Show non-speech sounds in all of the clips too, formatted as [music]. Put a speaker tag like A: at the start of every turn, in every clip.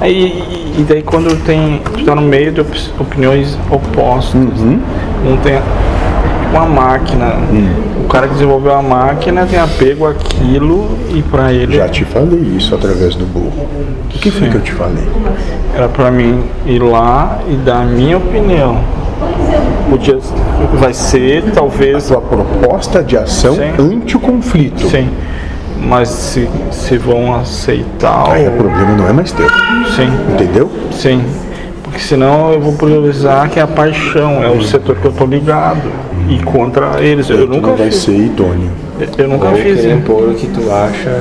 A: Aí, e daí quando tem, tu tá no meio de opi- opiniões opostas,
B: Uhum.
A: um tem uma máquina,
B: Hum.
A: o cara que desenvolveu a máquina tem apego àquilo e pra ele é
B: Já te falei isso através do burro. O que foi que eu te falei?
A: era pra mim ir lá e dar a minha opinião. Podia, vai ser talvez
B: Sua proposta de ação
A: Sim.
B: ante o conflito.
A: Sim. Mas se, se vão aceitar.
B: Aí o
A: ou-
B: problema não é mais teu,
A: Sim,
B: entendeu?
A: sim. Porque senão eu vou priorizar que é a paixão, é
B: um-
A: o setor que eu tô ligado. E contra eles. Eu
B: Tu não
A: nunca
B: vai
A: fiz.
B: ser idôneo.
A: Eu nunca
C: Ou
A: fiz.
C: querer pôr o que tu acha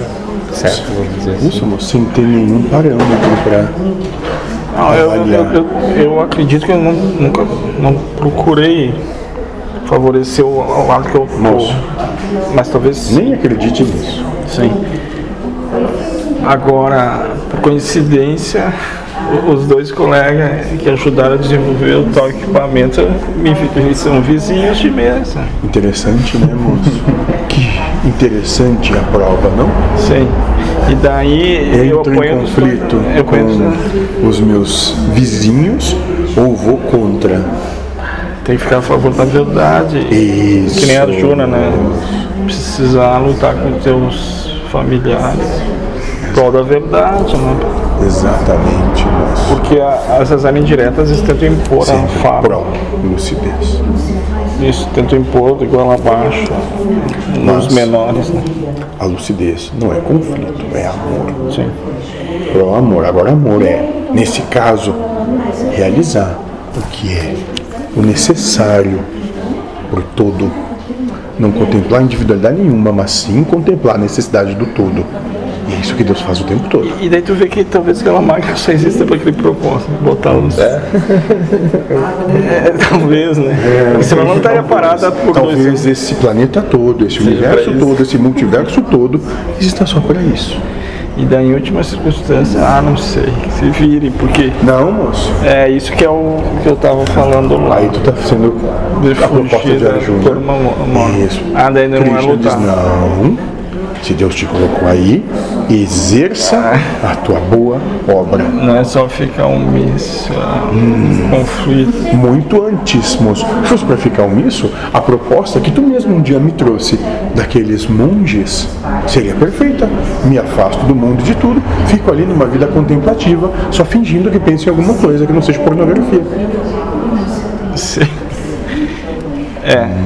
C: certo, vamos dizer assim.
B: Isso, moço, sem ter nenhum parâmetro para
A: Não, eu, eu,
B: avaliar.
A: eu- eu acredito que eu nu- nunca não procurei favorecer o, o lado que eu
B: Moço.
A: tô. Mas talvez
B: Nem acredite nisso.
A: Sim. Agora, por coincidência, o- os dois colegas que ajudaram a desenvolver o tal equipamento me, vi- eles são vizinhos de mesa.
B: Interessante, né,
A: [laughs]
B: moço? que interessante a prova, não?
A: Sim. E daí eu
B: Entro
A: apoio.
B: em
A: dos-
B: conflito
A: Eu apoio dos-
B: com os meus vizinhos ou vou contra?
A: Tem que ficar a favor da verdade.
B: Isso.
A: Que nem a Arjuna, né? Precisar lutar com teus familiares. em Prol da verdade, né?
B: Exatamente, moço.
A: Porque a- essas áreas indiretas eles tentam impor a fala.
B: Prova, lucidez.
A: Isso, tento impor igual abaixo nos
B: Mas-
A: menores, né?
B: A lucidez não é conflito, é amor.
A: Sim.
B: Pro amor. Agora, amor é, nesse caso, realizar o que é o necessário por todo. Não contemplar individualidade nenhuma, mas sim contemplar a necessidade do todo. E é isso que Deus faz o tempo todo.
A: E daí tu vê que talvez aquela máquina só exista para aquele propósito, botar os. É. [laughs] talvez, né? Você não estaria parada por dois
B: Talvez esse planeta todo, esse universo
A: pra isso.
B: todo, esse multiverso todo, exista só para isso.
A: E daí, em última circunstância, ah, não sei, se vire, porque
B: Não, moço.
A: é isso que é o que eu tava falando lá.
B: Aí tu tá sendo
A: De
B: a proposta
A: fugir
B: de
A: da- por
B: Arjuna.
A: uma mo-
B: Isso.
A: Ah, daí não é
B: Krishna
A: lutar.
B: diz, não. Se Deus te colocou aí, exerça
A: Ah, é?
B: a tua boa obra.
A: Não é só ficar um miss, conflito.
B: Muito antes, moço. Se fosse para ficar um isso, a proposta que tu mesmo um dia me trouxe daqueles monges seria perfeita. Me afasto do mundo e de tudo, fico ali numa vida contemplativa, só fingindo que penso em alguma coisa que não seja pornografia.
A: Sim. É.